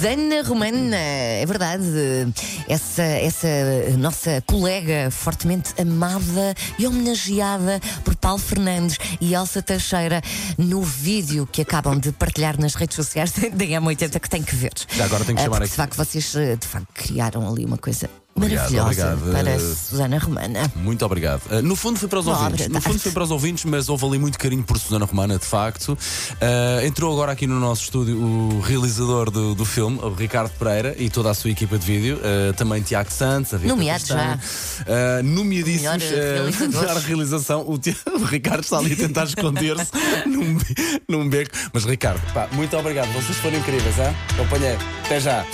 Susana Romana, é verdade. Essa, essa nossa colega fortemente amada e homenageada por Paulo Fernandes e Elsa Teixeira no vídeo que acabam de partilhar nas redes sociais da M80, que tem que ver. Já agora tenho que Ah, chamar porque, aqui. De facto, vocês eh, de facto, criaram ali uma coisa Obrigado, maravilhosa obrigado. para Eh, Susana Romana. Muito obrigado. Uh, no fundo foi para os Uma ouvintes. obra de No fundo arte. foi para os ouvintes, mas houve ali muito carinho por Susana Romana, de facto. Uh, entrou agora aqui no nosso estúdio o realizador do, do filme, o Ricardo Pereira, e toda a sua equipa de vídeo. Uh, também Tiago Santos, a Rita Nomeado Castanho. Uh, nomeadíssimos. Melhor, uh, uh, realizadores. melhor realização. O, Ti- o Ricardo está ali a tentar esconder-se num, be- num beco. Mas Ricardo, pá, muito obrigado. Vocês foram incríveis, hein? Companheiro, até já.